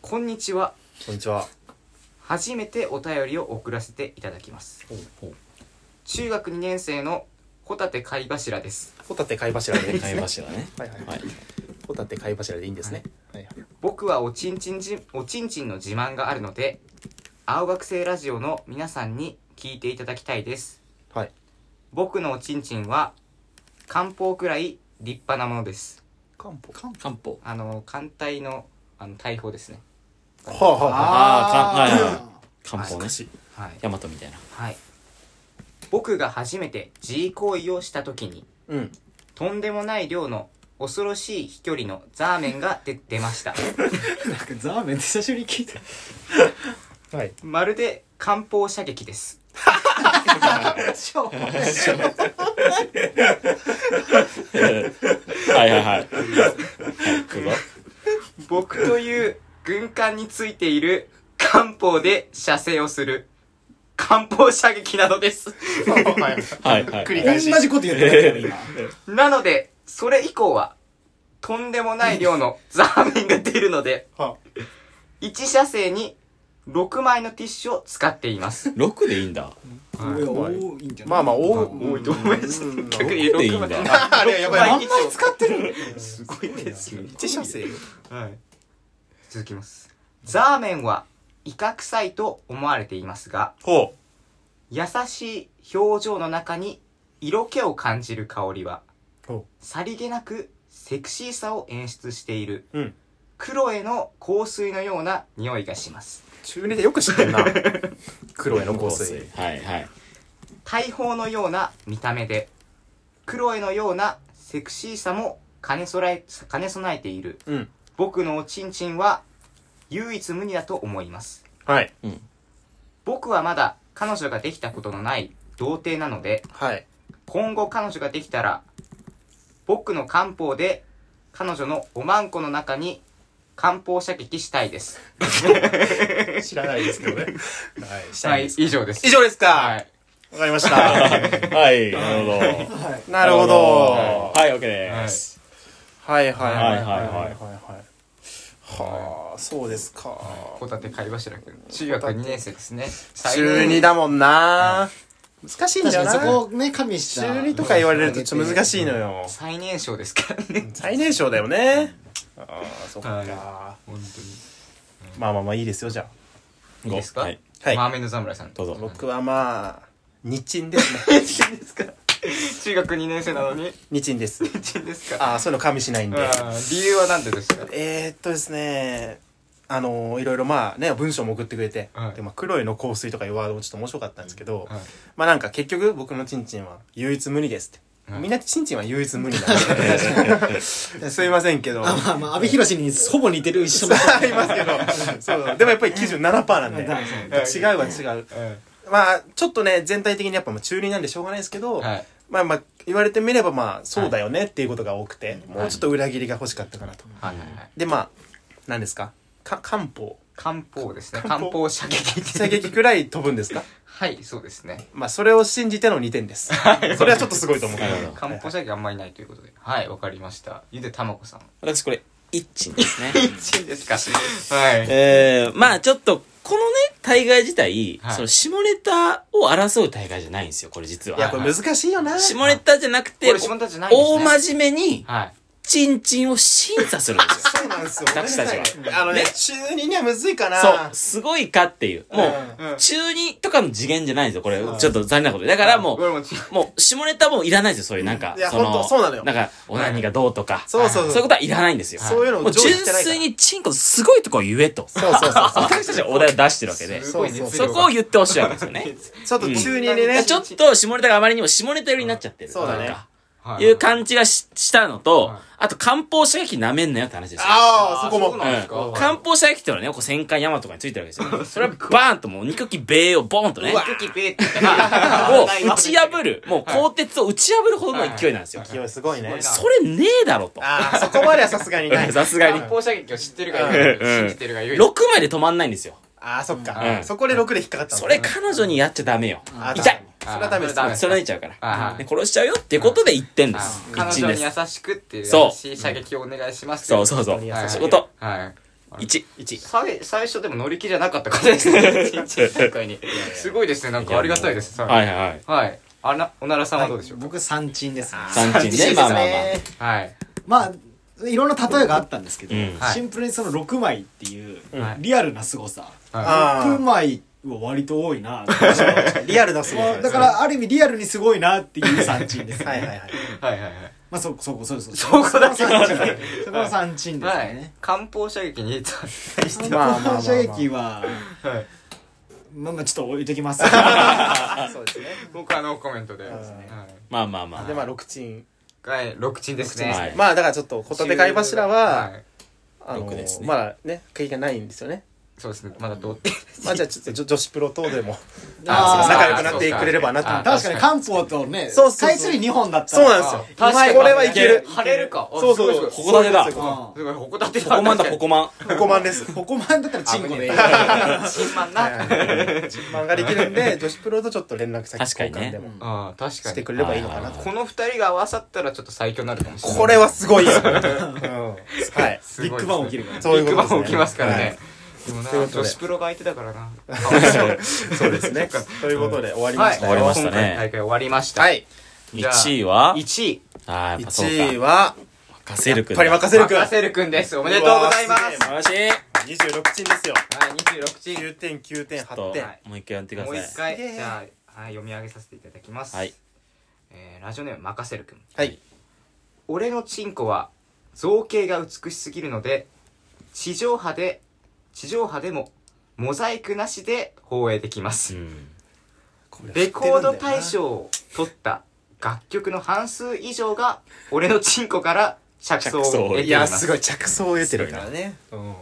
Speaker 1: こんにちは
Speaker 3: こんにちは。
Speaker 1: 初めてお便りを送らせていただきます中学2年生のホタテ貝柱です
Speaker 3: ホタテ貝柱でいいです
Speaker 2: 貝
Speaker 3: ね。
Speaker 2: 柱ね。
Speaker 3: はいはいは。
Speaker 2: はいい。
Speaker 3: ホタテ貝柱でいいんですね。はいはい。
Speaker 1: 僕はおちんちんじおちんちんの自慢があるので青学生ラジオの皆さんに聞いていただきたいです
Speaker 3: はい
Speaker 1: 僕のおちんちんは漢方くらい立派なものです
Speaker 3: 漢方。
Speaker 2: 漢方。
Speaker 1: あの艦隊のあの大砲ですね
Speaker 3: はあは
Speaker 2: あー
Speaker 3: あ。
Speaker 2: かはいはい
Speaker 4: あ
Speaker 2: 漢方ね。
Speaker 1: はい、
Speaker 2: ヤマトみたいな。
Speaker 1: はい、僕が初めて G 行為をした時に
Speaker 3: うん。
Speaker 1: とんでもない量の恐ろしい飛距離のザーメンが出出ました
Speaker 4: ーなんかザーメンって久しぶりに聞いた
Speaker 3: はい。
Speaker 1: まるで漢方射撃です
Speaker 4: しょうもない
Speaker 2: はいはいはい。どうぞ。
Speaker 1: 僕という軍艦についている漢方で射精をする漢艦砲射撃などです。
Speaker 2: はいはい
Speaker 3: 繰り
Speaker 4: 同
Speaker 3: 返し。
Speaker 4: じこと言ってるから
Speaker 1: なので、それ以降は、とんでもない量のザーメンが出るので、
Speaker 3: は
Speaker 1: 1車線に6枚のティッシュを使っています。
Speaker 2: 6でいいんだ。
Speaker 4: 今
Speaker 1: はい
Speaker 4: これ多いんじゃない
Speaker 3: まあまあ、
Speaker 4: お
Speaker 3: 多
Speaker 1: 多いと思います
Speaker 3: うん
Speaker 1: 逆に
Speaker 2: 6でいいん
Speaker 1: 6枚。
Speaker 2: だ。
Speaker 3: あれ、やばい。
Speaker 1: ま
Speaker 4: あ
Speaker 1: あ
Speaker 4: んまり使ってる
Speaker 1: すごいですよ。
Speaker 3: 一車線。
Speaker 1: はい。続きます。ザーメンは威嚇臭いと思われていますが、
Speaker 3: ほ
Speaker 1: 優しい表情の中に色気を感じる香りは
Speaker 3: ほ
Speaker 1: さりげなくセクシーさを演出している、
Speaker 3: うん
Speaker 1: クロエの香水のような匂いがします
Speaker 3: う。中二でよく知ってんな。 黒への香水。。
Speaker 2: はいはい。
Speaker 1: 大砲のような見た目でクロエのようなセクシーさも兼ね備え兼ね備えている
Speaker 3: うん。
Speaker 1: 僕のおちんちんは唯一無二だと思います
Speaker 3: はい。
Speaker 1: 僕はまだ彼女ができたことのない童貞なので
Speaker 3: はい。
Speaker 1: 今後彼女ができたら僕の漢方で彼女のおまんこの中に漢方射撃したいです
Speaker 3: 知らないですけどね。はい。した
Speaker 1: はいい
Speaker 3: です。
Speaker 1: 以上です
Speaker 3: 以上ですか
Speaker 1: は
Speaker 3: わ
Speaker 1: い
Speaker 3: かりま した。
Speaker 2: はい、なるほど。
Speaker 4: はい
Speaker 3: なるほど。
Speaker 2: はい、OK です。
Speaker 3: はいはいは
Speaker 2: は
Speaker 3: い
Speaker 2: いはいはい
Speaker 3: はい。はあ、そうですか。
Speaker 1: ホタテ貝柱くん中学2年生ですね最
Speaker 3: 中二だもんな。難しいん
Speaker 4: 確
Speaker 3: だ
Speaker 4: か
Speaker 3: よ
Speaker 4: に
Speaker 3: な。
Speaker 4: そこをね加味した
Speaker 3: 中二とか言われるとちょっと難しいのよ。
Speaker 1: 最年少ですからね
Speaker 3: 最年少だよね。ああ、そっ
Speaker 1: はい
Speaker 3: か。
Speaker 1: 本
Speaker 3: まあまあまあいいですよ、じゃ
Speaker 1: 当にいいですか、
Speaker 2: はい。
Speaker 3: はい
Speaker 1: マーメイド侍さん
Speaker 2: どうぞ
Speaker 3: 僕はまあ、日賃ですね。
Speaker 1: 中学ですか中学2年生なのに
Speaker 3: 日賃です。
Speaker 1: 中ですか
Speaker 3: ああ、そういうの加味しないん
Speaker 1: うん
Speaker 3: で。
Speaker 1: 理由は何でですか
Speaker 3: えー、っとですね、あのーいろいろまあね、文章も送ってくれて、
Speaker 1: はい
Speaker 3: でまあ、黒いの香水とかいうワードもちょっと面白かったんですけど、
Speaker 1: はい
Speaker 3: まあなんか結局僕のチンチンは唯一無二ですって。
Speaker 1: はい
Speaker 3: みんなチンチンは唯一無二なん で。すいませんけど。
Speaker 4: あまあまあ阿部寛にほぼ似てる一緒の
Speaker 3: ありますけど。そう。でもやっぱり97%なんで。
Speaker 4: だ
Speaker 3: 違
Speaker 1: だ
Speaker 3: うは違う。まあ、ちょっとね、全体的にやっぱまあ中二なんでしょうがないですけど、
Speaker 1: はい
Speaker 3: まあまあ、言われてみればまあ、そうだよねっていうことが多くて、もうちょっと裏切りが欲しかったかなと。
Speaker 1: はいはいはい
Speaker 3: で、まあ、何ですかか、漢方。
Speaker 1: 漢方ですね
Speaker 3: 漢
Speaker 1: 漢
Speaker 3: 方
Speaker 1: 方射撃
Speaker 3: 射撃くらい飛ぶんですか
Speaker 1: はいそうですね
Speaker 3: まあ、それを信じての2点です。それはちょっとすごいと思う。
Speaker 2: なるほど
Speaker 1: 漢方射撃あんまりないということではいわかりましたゆでたまこさん
Speaker 2: 私これ、一鎮です ね。
Speaker 1: 1位ですかはい
Speaker 2: えー、まあちょっと、このね、大会自体、
Speaker 1: はい
Speaker 2: その下ネタを争う大会じゃないんですよ、これ実は。
Speaker 3: いや、これ難しいよな。
Speaker 2: 下ネタじゃなくて、
Speaker 1: これ下ネタじゃないんです
Speaker 2: 大
Speaker 1: ね
Speaker 2: 真面目に、
Speaker 1: はい
Speaker 2: チンチンを審査するんですよ。
Speaker 3: そうなんですよ。
Speaker 2: 私たちは
Speaker 3: ごめんなさいあのね、中2にはむずいかな。
Speaker 2: そう、すごいかっていう。も
Speaker 3: う
Speaker 2: う、中二とかの次元じゃないんですよ、これ。ちょっと残念なことで。だからも
Speaker 1: これ
Speaker 2: う、
Speaker 1: もち
Speaker 2: もう、下ネタもいらないんですよ、そういうなんか。
Speaker 3: いやほんとそうなのよ
Speaker 2: なんか、オナニーがどうとか。
Speaker 3: そう
Speaker 2: そう
Speaker 3: そうそ
Speaker 2: いううことはいらないんですよ。
Speaker 3: そういうのを
Speaker 2: もう
Speaker 3: 上位
Speaker 2: 純
Speaker 3: してないから
Speaker 2: 粋にチンコすごいとこを言えと。
Speaker 3: そう そうそうそう。
Speaker 2: 私たちはお題を出してるわけで。
Speaker 1: す
Speaker 2: そ
Speaker 1: ごい熱量が
Speaker 2: こを言ってほしいわけですよ ね。
Speaker 3: ちょっと中2でね。
Speaker 2: ちょっと下ネタがあまりにも下ネタ寄りになっちゃってる。
Speaker 3: そうだね
Speaker 2: なんか
Speaker 1: はい
Speaker 2: いう感じがししたのと
Speaker 1: はい、
Speaker 2: あと漢方射撃舐めんなよって話ですよ。
Speaker 3: ああ、そこ
Speaker 1: う
Speaker 3: も。
Speaker 1: なんですか
Speaker 2: うん漢方射撃っていうのはね、こう戦艦ヤマとかについてるわけです よ。それはバーンともう肉機米をボーンとね、を
Speaker 1: 敵ペーって言った ら
Speaker 2: 打ち破る、もう鋼鉄を打ち破るほどの勢いなんですよ。
Speaker 3: 勢いすごいね。
Speaker 2: それねえだろと。
Speaker 3: ああ、そこまではさすが にない。
Speaker 2: さすがに
Speaker 1: 漢。方射撃を知ってるがゆえに信じてるがゆえに
Speaker 2: 6枚で止まんないんですよ。
Speaker 3: ああ、そっ
Speaker 2: う
Speaker 3: か。
Speaker 2: ん
Speaker 3: そこで6で引っかかったの
Speaker 2: それ彼女にやっちゃダメよ。
Speaker 3: あー
Speaker 2: 痛い
Speaker 3: それはダメです。
Speaker 1: あー
Speaker 2: それにいちゃうか
Speaker 1: あ
Speaker 2: ら。ね殺しちゃうよってことで1点で
Speaker 1: あ
Speaker 2: す。
Speaker 1: 彼
Speaker 2: 1
Speaker 1: 女
Speaker 2: で
Speaker 1: に
Speaker 2: す。
Speaker 1: 優しくっていう
Speaker 2: そう
Speaker 1: 優しい射撃をお願いします
Speaker 2: そうそううそう。そう
Speaker 3: 本当
Speaker 2: い
Speaker 3: に
Speaker 1: 優しいう
Speaker 2: こと。
Speaker 1: はい
Speaker 2: 1。
Speaker 1: さい最初でも乗り気じゃなかった方ですね 今回にすごいですねなんかありがたいです
Speaker 2: はいいはいはい。
Speaker 1: はいあなおならさんはどうでしょう
Speaker 4: 僕三鎮ですね
Speaker 2: 三鎮ね。まあまあまあ。
Speaker 1: はい
Speaker 4: まあいろんな例えがあったんですけど、
Speaker 2: うん
Speaker 1: はい
Speaker 4: シンプルにその6枚っていう、
Speaker 1: はい
Speaker 4: リアルな凄さ、
Speaker 1: は
Speaker 3: あー
Speaker 4: 6枚は割と多い なって思いました
Speaker 3: リアルだすご
Speaker 4: まあ
Speaker 3: い。
Speaker 4: だからある意味リアルにすごいなっていう三鎮です
Speaker 3: そ
Speaker 4: ね
Speaker 3: れはいはいはい。
Speaker 1: いはいはいはい
Speaker 4: まあそそこそうそうそ
Speaker 1: そこだけ
Speaker 4: そこの三鎮ですそこの三鎮です
Speaker 1: は
Speaker 4: ね
Speaker 1: い、漢方射撃に対して
Speaker 3: まあまあ
Speaker 4: まあ
Speaker 3: まあまあ
Speaker 4: 射撃は
Speaker 1: はい
Speaker 4: まあまあちょっと置いときます
Speaker 3: そうですね。
Speaker 1: 僕はノーコメントで、
Speaker 3: ですね
Speaker 1: はい
Speaker 2: まあまあまあ
Speaker 3: で、。まあ、6チン。
Speaker 1: はい、六鎮です
Speaker 2: は
Speaker 1: ね。
Speaker 2: い
Speaker 3: まあ、だからちょっと、ホタテ貝柱は、
Speaker 1: い
Speaker 3: あの
Speaker 2: 六ですね
Speaker 3: まだね、経験ないんですよね。
Speaker 1: そうですねまだ どうって
Speaker 3: まあじゃあちょっと女女子プロ 等でも
Speaker 4: あー
Speaker 3: 仲良くなってくれればなと思って
Speaker 4: 確かに漢方とね、
Speaker 3: そうそうそう
Speaker 4: 対する2本だった
Speaker 3: そう
Speaker 4: ら。
Speaker 3: なんですよ
Speaker 1: 確かに
Speaker 3: これはいける
Speaker 1: 晴れるかあ
Speaker 3: そうそう
Speaker 1: す
Speaker 3: そ
Speaker 1: ご
Speaker 3: う
Speaker 1: い
Speaker 2: ここだけだ
Speaker 3: そういうこ
Speaker 1: すごいほこたて
Speaker 2: ここまんだ、こ こまん。
Speaker 3: とここまんです
Speaker 4: ここまんだったらチンコでいい。
Speaker 1: 新版な
Speaker 3: 漫画できるんで女子プロとちょっと連絡先交換でも
Speaker 1: ああ確か
Speaker 3: して
Speaker 1: に
Speaker 3: くれればいいのかなと
Speaker 1: この二人が合わさったらちょっと最強になるかもしれない
Speaker 3: これはすご いよ、うんはい
Speaker 1: すご
Speaker 4: ビ
Speaker 1: いです
Speaker 4: ッグ
Speaker 1: ね
Speaker 4: バン起きるから。
Speaker 3: そうい
Speaker 1: ビッ
Speaker 3: う
Speaker 1: グ
Speaker 3: こ
Speaker 1: バ
Speaker 3: とですね
Speaker 1: ン起きますからね、
Speaker 3: はい
Speaker 1: でもな
Speaker 3: ということで
Speaker 1: 女子プロが相手だからな
Speaker 3: そうですねということで終わりました
Speaker 2: 終わり
Speaker 3: よ
Speaker 2: ましたね
Speaker 1: 今回の大会終わりました、
Speaker 3: はい
Speaker 1: じゃあ
Speaker 2: 1位は
Speaker 1: 1位
Speaker 2: ああ、やっぱそうか。
Speaker 3: 1位は
Speaker 2: カセル
Speaker 3: や
Speaker 2: 君
Speaker 3: っぱり
Speaker 2: だ。
Speaker 3: 任せるくん
Speaker 1: マセルくんですおめでとうございます
Speaker 3: うわーすげ
Speaker 2: 素晴らしい。
Speaker 3: 26チームですよ
Speaker 1: はい26チーム
Speaker 3: 9点9点
Speaker 2: ちょ
Speaker 3: 8
Speaker 2: っ
Speaker 3: 点
Speaker 1: はい
Speaker 2: と、もう一回やってくだ
Speaker 1: もう
Speaker 2: さい。
Speaker 1: 一回
Speaker 3: すげえ
Speaker 1: じゃあ、はい、読み上げさせていただきます、
Speaker 2: はい
Speaker 1: えーラジオネーム任せるくん
Speaker 3: はい
Speaker 1: 俺のチンコは造形が美しすぎるので地上波で地上波でもモザイクなしで放映できま
Speaker 2: う
Speaker 1: す、
Speaker 2: ん。
Speaker 1: レコード大賞を取った楽曲の半数以上が俺のチンコから着想を
Speaker 2: 着想を
Speaker 1: 得て
Speaker 3: い
Speaker 1: いま
Speaker 3: やす
Speaker 1: す
Speaker 3: ごい着想を得てるからねうん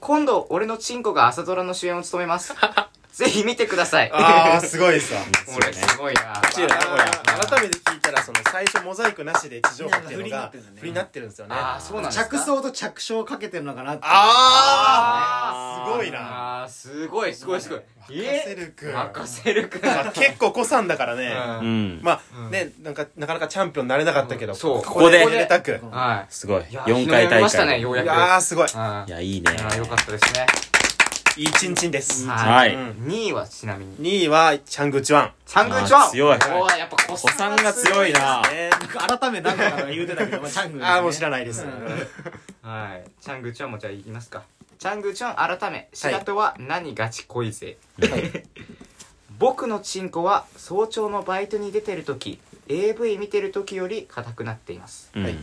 Speaker 1: 今度俺のチンコが朝ドラの主演を務めますぜひ見てください
Speaker 3: ああすごいさ
Speaker 1: 俺すごいな
Speaker 2: うだねこれ
Speaker 3: 改めて聞いたらその最初モザイクなしで地上波っていうのが
Speaker 4: なんか
Speaker 3: 振
Speaker 4: 振
Speaker 3: り
Speaker 4: り
Speaker 3: に
Speaker 4: に
Speaker 3: な
Speaker 4: な
Speaker 3: ってるんですよね
Speaker 1: ああそうなんですか
Speaker 4: 着想と着床をかけてるのかなって。
Speaker 3: あーすごいな
Speaker 1: あーすごいすごいすごい
Speaker 3: 任せるくん
Speaker 1: 任せるくん
Speaker 3: まあ結構古参だからね
Speaker 1: う
Speaker 2: うんん。
Speaker 3: まあねなんかなかなかチャンピオンになれなかったけど
Speaker 1: うんそう
Speaker 3: ここで
Speaker 2: ここ
Speaker 3: 入
Speaker 2: で
Speaker 3: れたく
Speaker 1: は
Speaker 2: すごい。
Speaker 1: いいや
Speaker 2: 4回
Speaker 1: 昨日やり
Speaker 2: 大
Speaker 1: ましたね
Speaker 2: 会。
Speaker 1: よう
Speaker 3: い
Speaker 1: やく
Speaker 3: やーすごい
Speaker 1: うん
Speaker 2: いや、いいね。
Speaker 1: いやーよかったですね
Speaker 3: いいチンチンです
Speaker 2: は
Speaker 3: う
Speaker 2: い。
Speaker 3: ん
Speaker 1: 2位はちなみに
Speaker 3: 2位はチャングチワン
Speaker 1: チャングーチョ
Speaker 2: あ
Speaker 1: ン
Speaker 2: ー強い
Speaker 1: おーやっぱ子
Speaker 2: おさんが強いな。
Speaker 3: ね
Speaker 4: 改めなんか言うてたけど、まあ、チャングル、
Speaker 3: ああもう知らないです
Speaker 1: はい、チャングチョンもじゃあ言いますかチャングチョン改め仕事は何がちこいぜ、 僕のチンコは早朝のバイトに出てる時 AV 見てる時より硬くなっています
Speaker 2: うん
Speaker 3: はい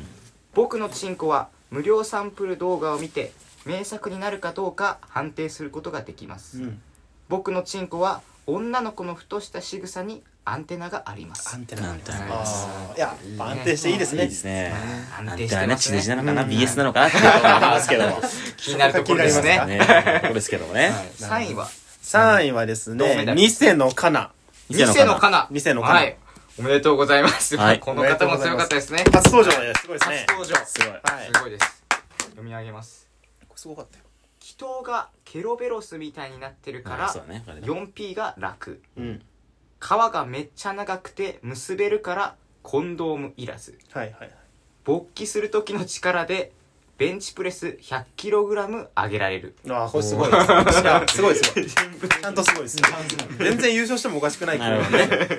Speaker 1: 僕のチンコは無料サンプル動画を見て名作になるかどうか判定することができます、
Speaker 3: うん
Speaker 1: 僕のチンコは女の子のふとした仕草にアンテナがあります
Speaker 3: アンテナ
Speaker 2: な
Speaker 3: があ
Speaker 2: ん
Speaker 3: り
Speaker 2: て
Speaker 3: ま
Speaker 2: な
Speaker 3: す
Speaker 2: ります。
Speaker 3: あーいややっぱ安定していいです
Speaker 2: いい
Speaker 3: ね
Speaker 2: ですね。な
Speaker 1: 安
Speaker 2: ん
Speaker 1: 定
Speaker 2: て
Speaker 1: して
Speaker 2: ね、
Speaker 1: ます
Speaker 2: 地
Speaker 1: ね
Speaker 2: デジなのかな
Speaker 3: うん
Speaker 2: ?BS なのかなっていうのはありますけども。
Speaker 1: 気になるところです
Speaker 3: 気になり
Speaker 1: ね
Speaker 3: ま
Speaker 2: ね、ところですけどもね。
Speaker 1: はい、3位は
Speaker 3: 3位はです
Speaker 1: 銅メ
Speaker 3: ね
Speaker 1: ダル
Speaker 3: 偽のカナ
Speaker 1: 偽のカナ
Speaker 3: 偽のカナ
Speaker 1: はいおめでとうございます、
Speaker 2: はい
Speaker 1: この方も強かったですね
Speaker 3: 初登場ですごいですね
Speaker 1: 初登場
Speaker 2: すごい。
Speaker 3: はい
Speaker 1: すごいです読み上げます
Speaker 3: すごかったよ
Speaker 1: 気筒がケロベロスみたいになってるか
Speaker 2: あ
Speaker 1: ら
Speaker 2: そうだねこれね
Speaker 1: 4P が楽
Speaker 3: うん
Speaker 1: 皮がめっちゃ長くて結べるからコンドームいらず
Speaker 3: はいはいはい
Speaker 1: 勃起する時の力でベンチプレス 100kg 上げられる
Speaker 3: ああこれすごいですいやすごいすごいちゃんとすごいです全然優勝してもおかしくない
Speaker 2: なるほどね
Speaker 3: はいはいはい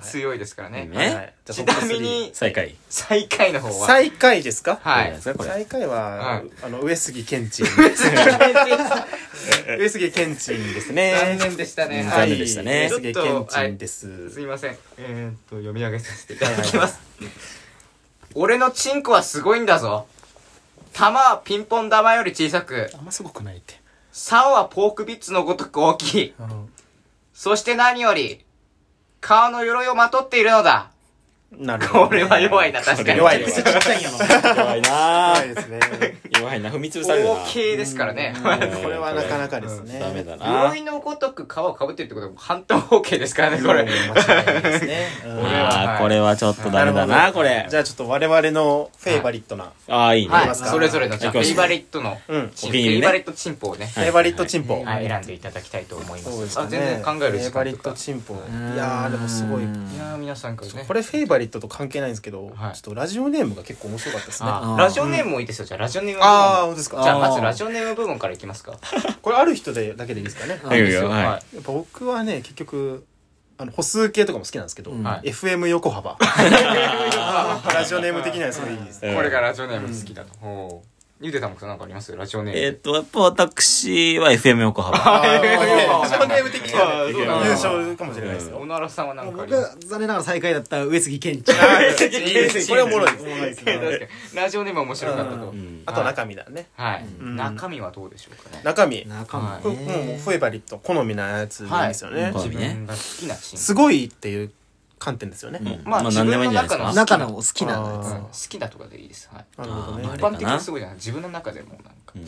Speaker 1: 強いですからね
Speaker 2: ね
Speaker 3: はいはいじゃあ
Speaker 1: ちなみに
Speaker 2: 最下位。
Speaker 1: 最下位の方は
Speaker 3: 最下位ですか
Speaker 1: はい
Speaker 2: どうですかこれ。
Speaker 3: 最下位はあの上杉健珍 上杉健珍で す
Speaker 1: 残
Speaker 3: ね
Speaker 1: 念でしたね
Speaker 2: うん
Speaker 1: は
Speaker 2: 残
Speaker 1: い
Speaker 2: 念でしたね
Speaker 3: はい上杉健珍です
Speaker 1: すいませんえー、っと読み上げさせていただきます 俺のチンコはすごいんだぞ玉はピンポン玉より小さく
Speaker 3: あんますごくないって
Speaker 1: 竿はポークビッツのごとく大きいそして何より顔の鎧をまとっているのだ
Speaker 3: なるほ
Speaker 1: こ
Speaker 3: ど
Speaker 1: れは弱いな確かに
Speaker 2: 弱い
Speaker 3: で
Speaker 2: ですす
Speaker 4: ちっちゃいんやろ。
Speaker 2: 弱いな
Speaker 3: 弱い
Speaker 2: ぁ
Speaker 3: ですね
Speaker 2: 弱いな。踏み潰されるな。
Speaker 1: 大きいですからね
Speaker 3: うんこれはなかなかですね
Speaker 2: ダメだな
Speaker 1: 鎧のごとく皮をかぶってるってことは半島方形ですからねこれ、
Speaker 3: うん間違いないですねうん
Speaker 1: これは
Speaker 2: あ
Speaker 1: は
Speaker 2: ー
Speaker 1: い
Speaker 2: これはちょっとダメだ
Speaker 3: なる
Speaker 2: な、
Speaker 3: ほど
Speaker 2: これ
Speaker 3: じ。ゃあちょっと我々のフェイバリットな
Speaker 2: ああ、いいね。
Speaker 1: は
Speaker 3: きま
Speaker 1: い、
Speaker 3: すか
Speaker 1: それぞれのじゃあ
Speaker 2: はい
Speaker 1: フェイバリットの
Speaker 3: うん
Speaker 1: チ
Speaker 2: お
Speaker 1: ン、
Speaker 2: 気に入
Speaker 1: フ
Speaker 2: り
Speaker 1: ェ
Speaker 2: ね
Speaker 1: イバリットチンポをね、
Speaker 3: フェイバリットチンポ
Speaker 1: はい、選んでいただきたいと思います
Speaker 3: そうです
Speaker 1: あ
Speaker 3: かね
Speaker 1: 全然考える
Speaker 3: フェ
Speaker 1: 時
Speaker 3: イバリ
Speaker 1: 間と
Speaker 3: ット
Speaker 1: か
Speaker 3: チンポいやーでもすごい
Speaker 1: いやー皆さんからね
Speaker 3: これフェイバリットと関係ないんですけど、
Speaker 1: はい
Speaker 3: ちょっとラジオネームが結構面白かったですね。あ
Speaker 1: あ
Speaker 2: あー
Speaker 1: ラジオネームもいいですよじゃあラジオネーム部門
Speaker 3: あー、本当ですか。
Speaker 1: じ
Speaker 3: じ
Speaker 1: ゃ
Speaker 3: ゃ
Speaker 1: あ
Speaker 2: ー
Speaker 1: まずラジオネーム部門からいきますか
Speaker 3: あこれある人でだけでいいですかね。
Speaker 2: いいよ、
Speaker 1: は
Speaker 2: はい
Speaker 3: やっぱ僕はね、結局、あの、歩数計とかも好きなんですけど、
Speaker 4: うん
Speaker 1: はい
Speaker 3: FM 横幅。ラジオネーム的にはすごいいいですね。
Speaker 2: い。
Speaker 1: これがラジオネーム好きだと、ほうゆでたもくさんなんかありますラジオネーム
Speaker 2: えーっと、やっぱ私は FM 横
Speaker 3: あ
Speaker 2: 浜。
Speaker 3: ーラジオネーム的に
Speaker 1: あ
Speaker 3: は
Speaker 1: ー
Speaker 3: ね
Speaker 1: そうだな
Speaker 3: 優勝かもしれないです
Speaker 1: 小
Speaker 3: よ。
Speaker 1: 野原さんはなんかあり
Speaker 4: 僕
Speaker 1: ます
Speaker 4: は残念ながら最下位だった上杉健一。
Speaker 3: いいですねこれはおもろいで
Speaker 1: 確
Speaker 3: す。
Speaker 1: かにラジオネームは面白かったと、
Speaker 2: うん
Speaker 3: あと中身だね。
Speaker 1: はい、
Speaker 3: ん
Speaker 1: 中身はどうでしょうかね
Speaker 3: 中身。
Speaker 4: 中
Speaker 1: は
Speaker 3: こ
Speaker 4: も
Speaker 3: れ
Speaker 4: ね。
Speaker 3: もうフェイバリット、好みなやつでいいんですよね。
Speaker 2: はい
Speaker 1: 自分が好きなチン
Speaker 3: すごいっていう観点ですよね。
Speaker 2: うん
Speaker 1: まあ
Speaker 2: まあ、何でもいいんじゃないで
Speaker 1: 自
Speaker 2: す
Speaker 1: 分の中
Speaker 2: か。
Speaker 4: 中のも好きなの
Speaker 1: ポ、
Speaker 3: あ
Speaker 1: う
Speaker 3: ー
Speaker 1: ん好きなとかでいいですはい
Speaker 3: なるほど
Speaker 2: あ
Speaker 3: ね
Speaker 2: ー。
Speaker 1: 一般的にすごいじゃない自分の中でもなんか
Speaker 2: うん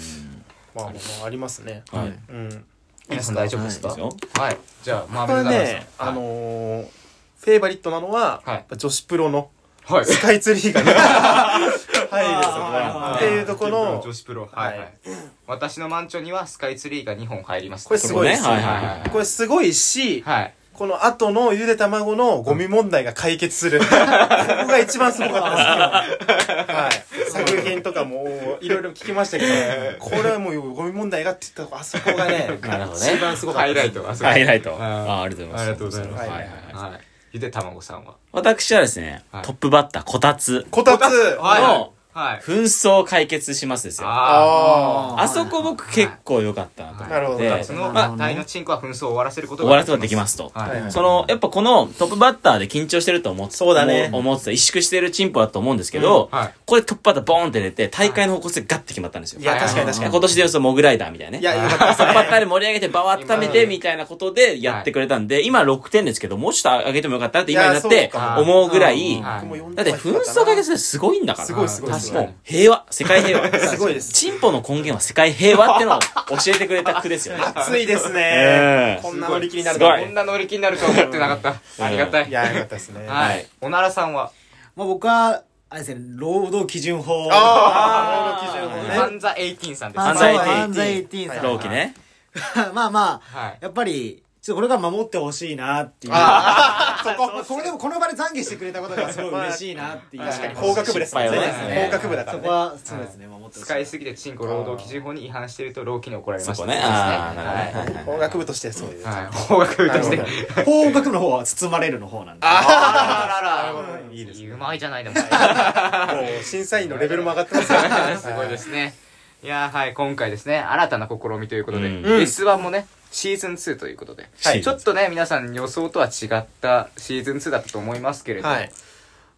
Speaker 3: まあまあまあありますね。
Speaker 2: はい。
Speaker 3: うん。
Speaker 1: 皆さん大丈夫ですか
Speaker 2: はいいいです
Speaker 1: はいじゃあマー
Speaker 3: こ
Speaker 1: ベ
Speaker 3: れ
Speaker 1: ル
Speaker 3: ね、あのーフェイバリットなの
Speaker 1: は
Speaker 3: は、
Speaker 1: い
Speaker 3: やっぱ女子プロの
Speaker 1: はい
Speaker 3: スカイツリーがね、入るそこ
Speaker 4: あ
Speaker 3: は
Speaker 4: ー
Speaker 3: っていうとこ ろ
Speaker 1: 女
Speaker 3: の、
Speaker 1: 子プロはい、はい、私のマンチョにはスカイツリーが2本入りました
Speaker 3: これすごいですよ
Speaker 2: はいはいはい
Speaker 3: これすごいし、
Speaker 1: はい
Speaker 3: この後のゆで卵のゴミ問題が解決する。ここが一番すごかったですけど。はい。作品とかもいろいろ聞きましたけど、これはもうゴミ問題がって言ったとこあそこがね、
Speaker 2: なるほどね
Speaker 3: 一番すごかっ
Speaker 1: ハ
Speaker 3: た
Speaker 1: イラ
Speaker 3: で
Speaker 1: イ
Speaker 3: す。
Speaker 1: トあそこ
Speaker 2: ハイライト。
Speaker 1: あー
Speaker 2: あーありがとうございます。
Speaker 1: ありがとうございます
Speaker 2: はいはいはい。
Speaker 1: はいゆで卵さんは
Speaker 2: 私はですね
Speaker 1: はい、
Speaker 2: トップバッター、こたつ
Speaker 3: こたつ
Speaker 1: はい
Speaker 2: の
Speaker 1: はい
Speaker 2: 紛争解決しますですよ。
Speaker 1: あ
Speaker 3: あ
Speaker 2: あそこ僕結構良かったなと
Speaker 1: ー
Speaker 3: なるほ
Speaker 2: 思
Speaker 1: あ
Speaker 2: って
Speaker 3: どなるほ
Speaker 1: そ
Speaker 3: ど
Speaker 1: の
Speaker 4: まあ
Speaker 1: 隊のチンコは紛争を終わらせること
Speaker 2: 終わらせばできますと。
Speaker 1: はい
Speaker 3: はい
Speaker 2: その、やっぱこのトップバッターで緊張してると思って、
Speaker 3: そうだね
Speaker 2: 思思ってた、萎縮してるチンポだと思うんですけど、
Speaker 1: はい
Speaker 2: これトップバッターボーンって出て、大会の方向性ガッて決まったんですよ。
Speaker 3: いや、確かに確かに。
Speaker 2: 今年で言うとモグライダーみたいなね。
Speaker 3: いや、よかったです
Speaker 2: トップバッターで盛り上げて、場を温めて、
Speaker 1: 今
Speaker 2: みたいなことでやってくれたんで、今6点ですけど、もうちょっと上げてもよかったなって今になっ
Speaker 3: いやそう
Speaker 2: て
Speaker 3: か
Speaker 2: 思うぐらい、
Speaker 1: うん
Speaker 2: だ
Speaker 1: はい
Speaker 3: 僕も呼ん
Speaker 2: っ
Speaker 3: だ
Speaker 2: て
Speaker 3: 方
Speaker 2: 紛
Speaker 3: が良かった
Speaker 2: 争
Speaker 3: な
Speaker 2: 解決ですごいんだから。
Speaker 3: すごいすごい
Speaker 1: 確
Speaker 3: す
Speaker 1: か
Speaker 3: ご
Speaker 1: に
Speaker 3: い。
Speaker 2: 平和、世界平和。
Speaker 3: すごいです
Speaker 2: チンポの根源は世界平和ってのを 教えてくれた句ですよね。
Speaker 3: 暑いです
Speaker 2: ええ。
Speaker 3: ねこんな乗り気になる
Speaker 2: すごい
Speaker 1: こんな乗り気になるとは思ってなかったありがたい
Speaker 3: いや、よかったですね。
Speaker 1: は
Speaker 2: はいい
Speaker 1: おならさんは
Speaker 4: まあ僕は、あれですね、労働基準法。
Speaker 3: あー、なるほど、基準法ね。
Speaker 1: ハンザ18さんです
Speaker 4: まあ
Speaker 2: 犯罪
Speaker 4: そう
Speaker 2: 18
Speaker 4: 犯罪18さん。
Speaker 2: 同期ね。
Speaker 4: まあまあ、
Speaker 1: はい
Speaker 4: やっぱり、ちょっとこれから守ってほしいなっていう。 まあこれでもこの場で懺悔してくれたことがすごい嬉しいなっていう。
Speaker 3: 確 かに
Speaker 1: は
Speaker 3: 工学部ですもんね
Speaker 2: 失敗は
Speaker 1: ね
Speaker 3: 工学部だから
Speaker 4: そ
Speaker 3: ね
Speaker 4: こは、そうですね、守ってほしい。
Speaker 1: 使いすぎてチンコ労働基準法に違反していると労基に怒られま
Speaker 2: そ
Speaker 1: した
Speaker 2: こね。ああ、なるほ
Speaker 1: は
Speaker 2: どねはいはいはい。
Speaker 3: 工学部としてそういう
Speaker 1: いはい法学部として
Speaker 3: なる
Speaker 4: 法学の方は包まれるの方なんで。
Speaker 1: あららららいいですうまいじゃないでも
Speaker 3: もう審査員のレベルも上がってますよね
Speaker 1: すごいですねいやーはい今回ですね新たな試みということで、
Speaker 2: うん
Speaker 1: S1 もねシーズン2ということで、
Speaker 2: はい
Speaker 1: ちょっとね皆さん予想とは違ったシーズン2だったと思いますけれど、
Speaker 3: はい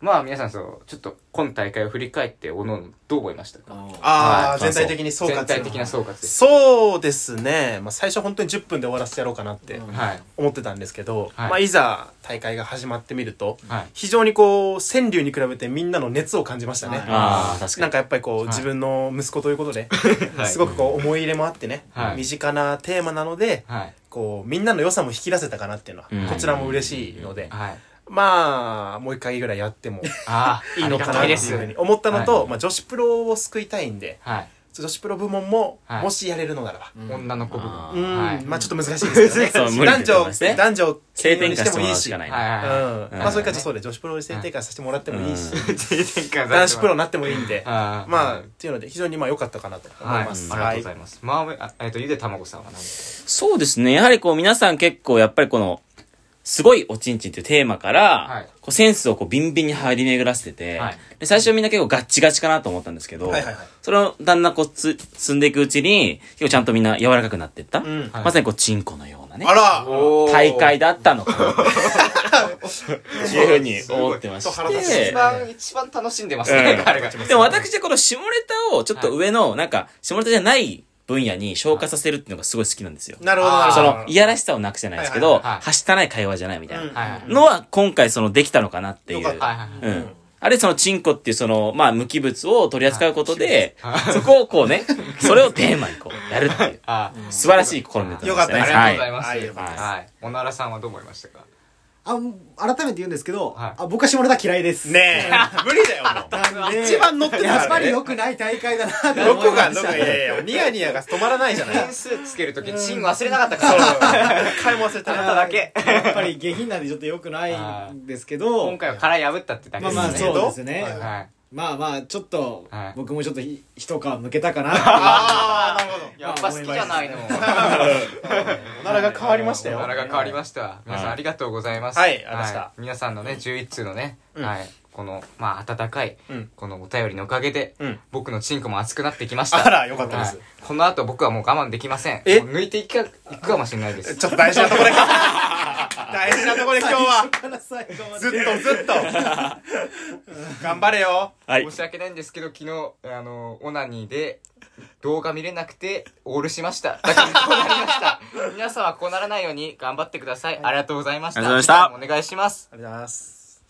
Speaker 1: まあ皆さんそうちょっと今大会を振り返っておのおのどう思いましたか
Speaker 3: ああ
Speaker 2: は
Speaker 3: 全
Speaker 2: い
Speaker 3: 体的に総
Speaker 1: 全
Speaker 3: 括
Speaker 1: 体的な総括です
Speaker 3: そうですね、まあ、最初本当に10分で終わらせてやろうかなって
Speaker 4: うん
Speaker 1: はい
Speaker 3: 思ってたんですけど、
Speaker 1: はい
Speaker 3: まあ、いざ大会が始まってみると
Speaker 1: はい
Speaker 3: 非常にこう川柳に比べてみんなの熱を感じましたね
Speaker 4: はい
Speaker 2: ああ、確かに
Speaker 3: なん。かやっぱりこう、
Speaker 1: い
Speaker 3: 自分の息子ということで、
Speaker 1: はい
Speaker 3: すごくこう思い入れもあってね、
Speaker 1: はい
Speaker 3: 身近なテーマなので
Speaker 1: はい
Speaker 3: こうみんなの良さも引き出せたかなっていうのは、
Speaker 2: うん
Speaker 3: こちらも嬉しいので、
Speaker 1: はい
Speaker 3: まあもう一回ぐらいやっても
Speaker 1: ああ
Speaker 3: いいのかなっ
Speaker 1: あ
Speaker 3: て
Speaker 1: り
Speaker 3: い
Speaker 1: が
Speaker 3: う
Speaker 1: た
Speaker 3: ふうに
Speaker 1: です
Speaker 3: 思ったのと、
Speaker 1: はい
Speaker 3: まあ、女子プロを救いたいんで
Speaker 1: はい
Speaker 3: 女子プロ部門も、
Speaker 1: はい
Speaker 3: もしやれるのならば、
Speaker 1: 女の子部分
Speaker 2: あ
Speaker 1: は
Speaker 2: ー
Speaker 3: うん、
Speaker 1: はい
Speaker 3: まあちょっと難しいですけ
Speaker 2: そ
Speaker 3: ど
Speaker 2: う
Speaker 3: ね
Speaker 2: 無理
Speaker 3: 男
Speaker 2: ってことですね
Speaker 3: 女男女
Speaker 2: 性転換してもらうしかない
Speaker 1: い
Speaker 2: な。
Speaker 3: うん
Speaker 1: はいはい
Speaker 3: まあそれからちょっとそうで女子プロに性転換させてもらってもいい
Speaker 2: う
Speaker 3: し、
Speaker 1: 定点観察
Speaker 3: 男子プロになってもいいんで、
Speaker 1: あー
Speaker 3: まあっていうので非常にまあ良かったかなと思
Speaker 1: はいい、あ
Speaker 3: ま
Speaker 1: り
Speaker 3: す、
Speaker 1: がとうございます。まあ、あえっ、と、ゆでたまごさんは何です
Speaker 2: そうですね。やはりこう皆さん結構やっぱりこの、すごいおちんちんっていうテーマから、
Speaker 1: はい
Speaker 2: こうセンスをこうビンビンに張り巡らせてて、
Speaker 1: はい
Speaker 2: で最初みんな結構ガッチガチかなと思ったんですけど、
Speaker 3: はいはいはい
Speaker 2: それをだんだんこうつ積んでいくうちに、結構ちゃんとみんな柔らかくなっていった、
Speaker 3: ん
Speaker 1: はい
Speaker 2: まさにこうチンコのようなね
Speaker 3: あ、ら
Speaker 1: かおー
Speaker 2: 大会だったのかなっていうふうに思ってま
Speaker 3: ちょっと腹立
Speaker 2: し
Speaker 3: つ
Speaker 2: て
Speaker 1: 一、番、一番楽しんでますね、
Speaker 2: うん
Speaker 1: 彼が。
Speaker 2: でも私はこの下ネタをちょっと上の、なんか、下ネタじゃない分野に昇華させるっていうのがすごい好きなんですよ。
Speaker 3: なるほど
Speaker 1: あー
Speaker 3: なるほ
Speaker 2: そ
Speaker 3: ど
Speaker 2: の、いやらしさをなくじゃないですけど、
Speaker 3: はい
Speaker 1: はいはい
Speaker 2: はしたない会話じゃないみたい
Speaker 3: うん
Speaker 2: な。
Speaker 1: はいはい
Speaker 2: のは、今回その、できたのかなっていう。
Speaker 3: よかった
Speaker 1: はいはいはい。
Speaker 2: うん。あれ、その、チンコっていうその、まあ、無機物を取り扱うことで、そこをこうね、それをテーマにこう、やるっていう。
Speaker 1: あー、
Speaker 2: 素晴らしい試みだったんですね。
Speaker 3: よかったです
Speaker 1: あ
Speaker 2: は
Speaker 1: りがとうござい
Speaker 2: い。
Speaker 1: ます。は。
Speaker 3: はいい
Speaker 1: は
Speaker 2: はい
Speaker 1: いおならさんはどう思いましたか
Speaker 4: あ、改めて言うんですけど、
Speaker 1: はい
Speaker 4: あ僕は下ネタ嫌いです。
Speaker 3: ねえ 無理だよもう
Speaker 4: なんで。
Speaker 3: 一番乗ってたからね
Speaker 4: やっぱり良くない大会だなって
Speaker 3: ど
Speaker 4: 思い
Speaker 3: こ
Speaker 4: ま
Speaker 3: が
Speaker 4: し
Speaker 3: ど
Speaker 4: た
Speaker 3: こがいやいやニヤニヤが止まらないじゃない
Speaker 1: 点数つけるとき、チン忘れなかった
Speaker 3: そう
Speaker 1: から。
Speaker 3: 一回も忘れて
Speaker 1: あ
Speaker 3: な
Speaker 1: なた
Speaker 3: かった
Speaker 1: だけ。
Speaker 4: やっぱり下品なんでちょっと良くないんですけど、
Speaker 1: 今回は殻破ったってだけ
Speaker 4: ま
Speaker 1: で
Speaker 4: あ
Speaker 1: すね。
Speaker 4: まあそうですね。
Speaker 3: はい
Speaker 1: はい。
Speaker 4: まあまあ、ちょっと
Speaker 1: はい、
Speaker 4: 僕もちょっとひ一皮むけ たかなって いう。
Speaker 3: ああなるほど
Speaker 1: やっぱ好きじゃないの。
Speaker 3: おならが変わりました
Speaker 1: お
Speaker 3: よ
Speaker 1: ならが変わりました。皆さんありがとうございます。
Speaker 3: はいありがとうございました
Speaker 1: 皆さんのね、11通のね、
Speaker 3: うん
Speaker 1: はい。この、まあ、温かい、
Speaker 3: うん
Speaker 1: このお便りのおかげで、
Speaker 3: うん
Speaker 1: 僕のチンコも熱くなってきました。
Speaker 3: あらよかったで
Speaker 1: は
Speaker 3: す
Speaker 1: い、この後僕はもう我慢できません。
Speaker 3: え
Speaker 1: もう抜いていくか、いくかもしれないです。
Speaker 3: ちょっと大事なところで大事なところで今日は
Speaker 4: 最初から最後ま
Speaker 3: ずっ
Speaker 4: で
Speaker 3: とずっと頑張れよ
Speaker 2: はい
Speaker 1: 申。し訳ないんですけど、昨日、あの、オナニーで、動画見れなくて、オールしました。だからこうなりま した。皆さんはこうならないように頑張ってください。ありがとうございました。
Speaker 2: ありがとうございました
Speaker 1: 次回もお願いします。
Speaker 3: ありがとうございます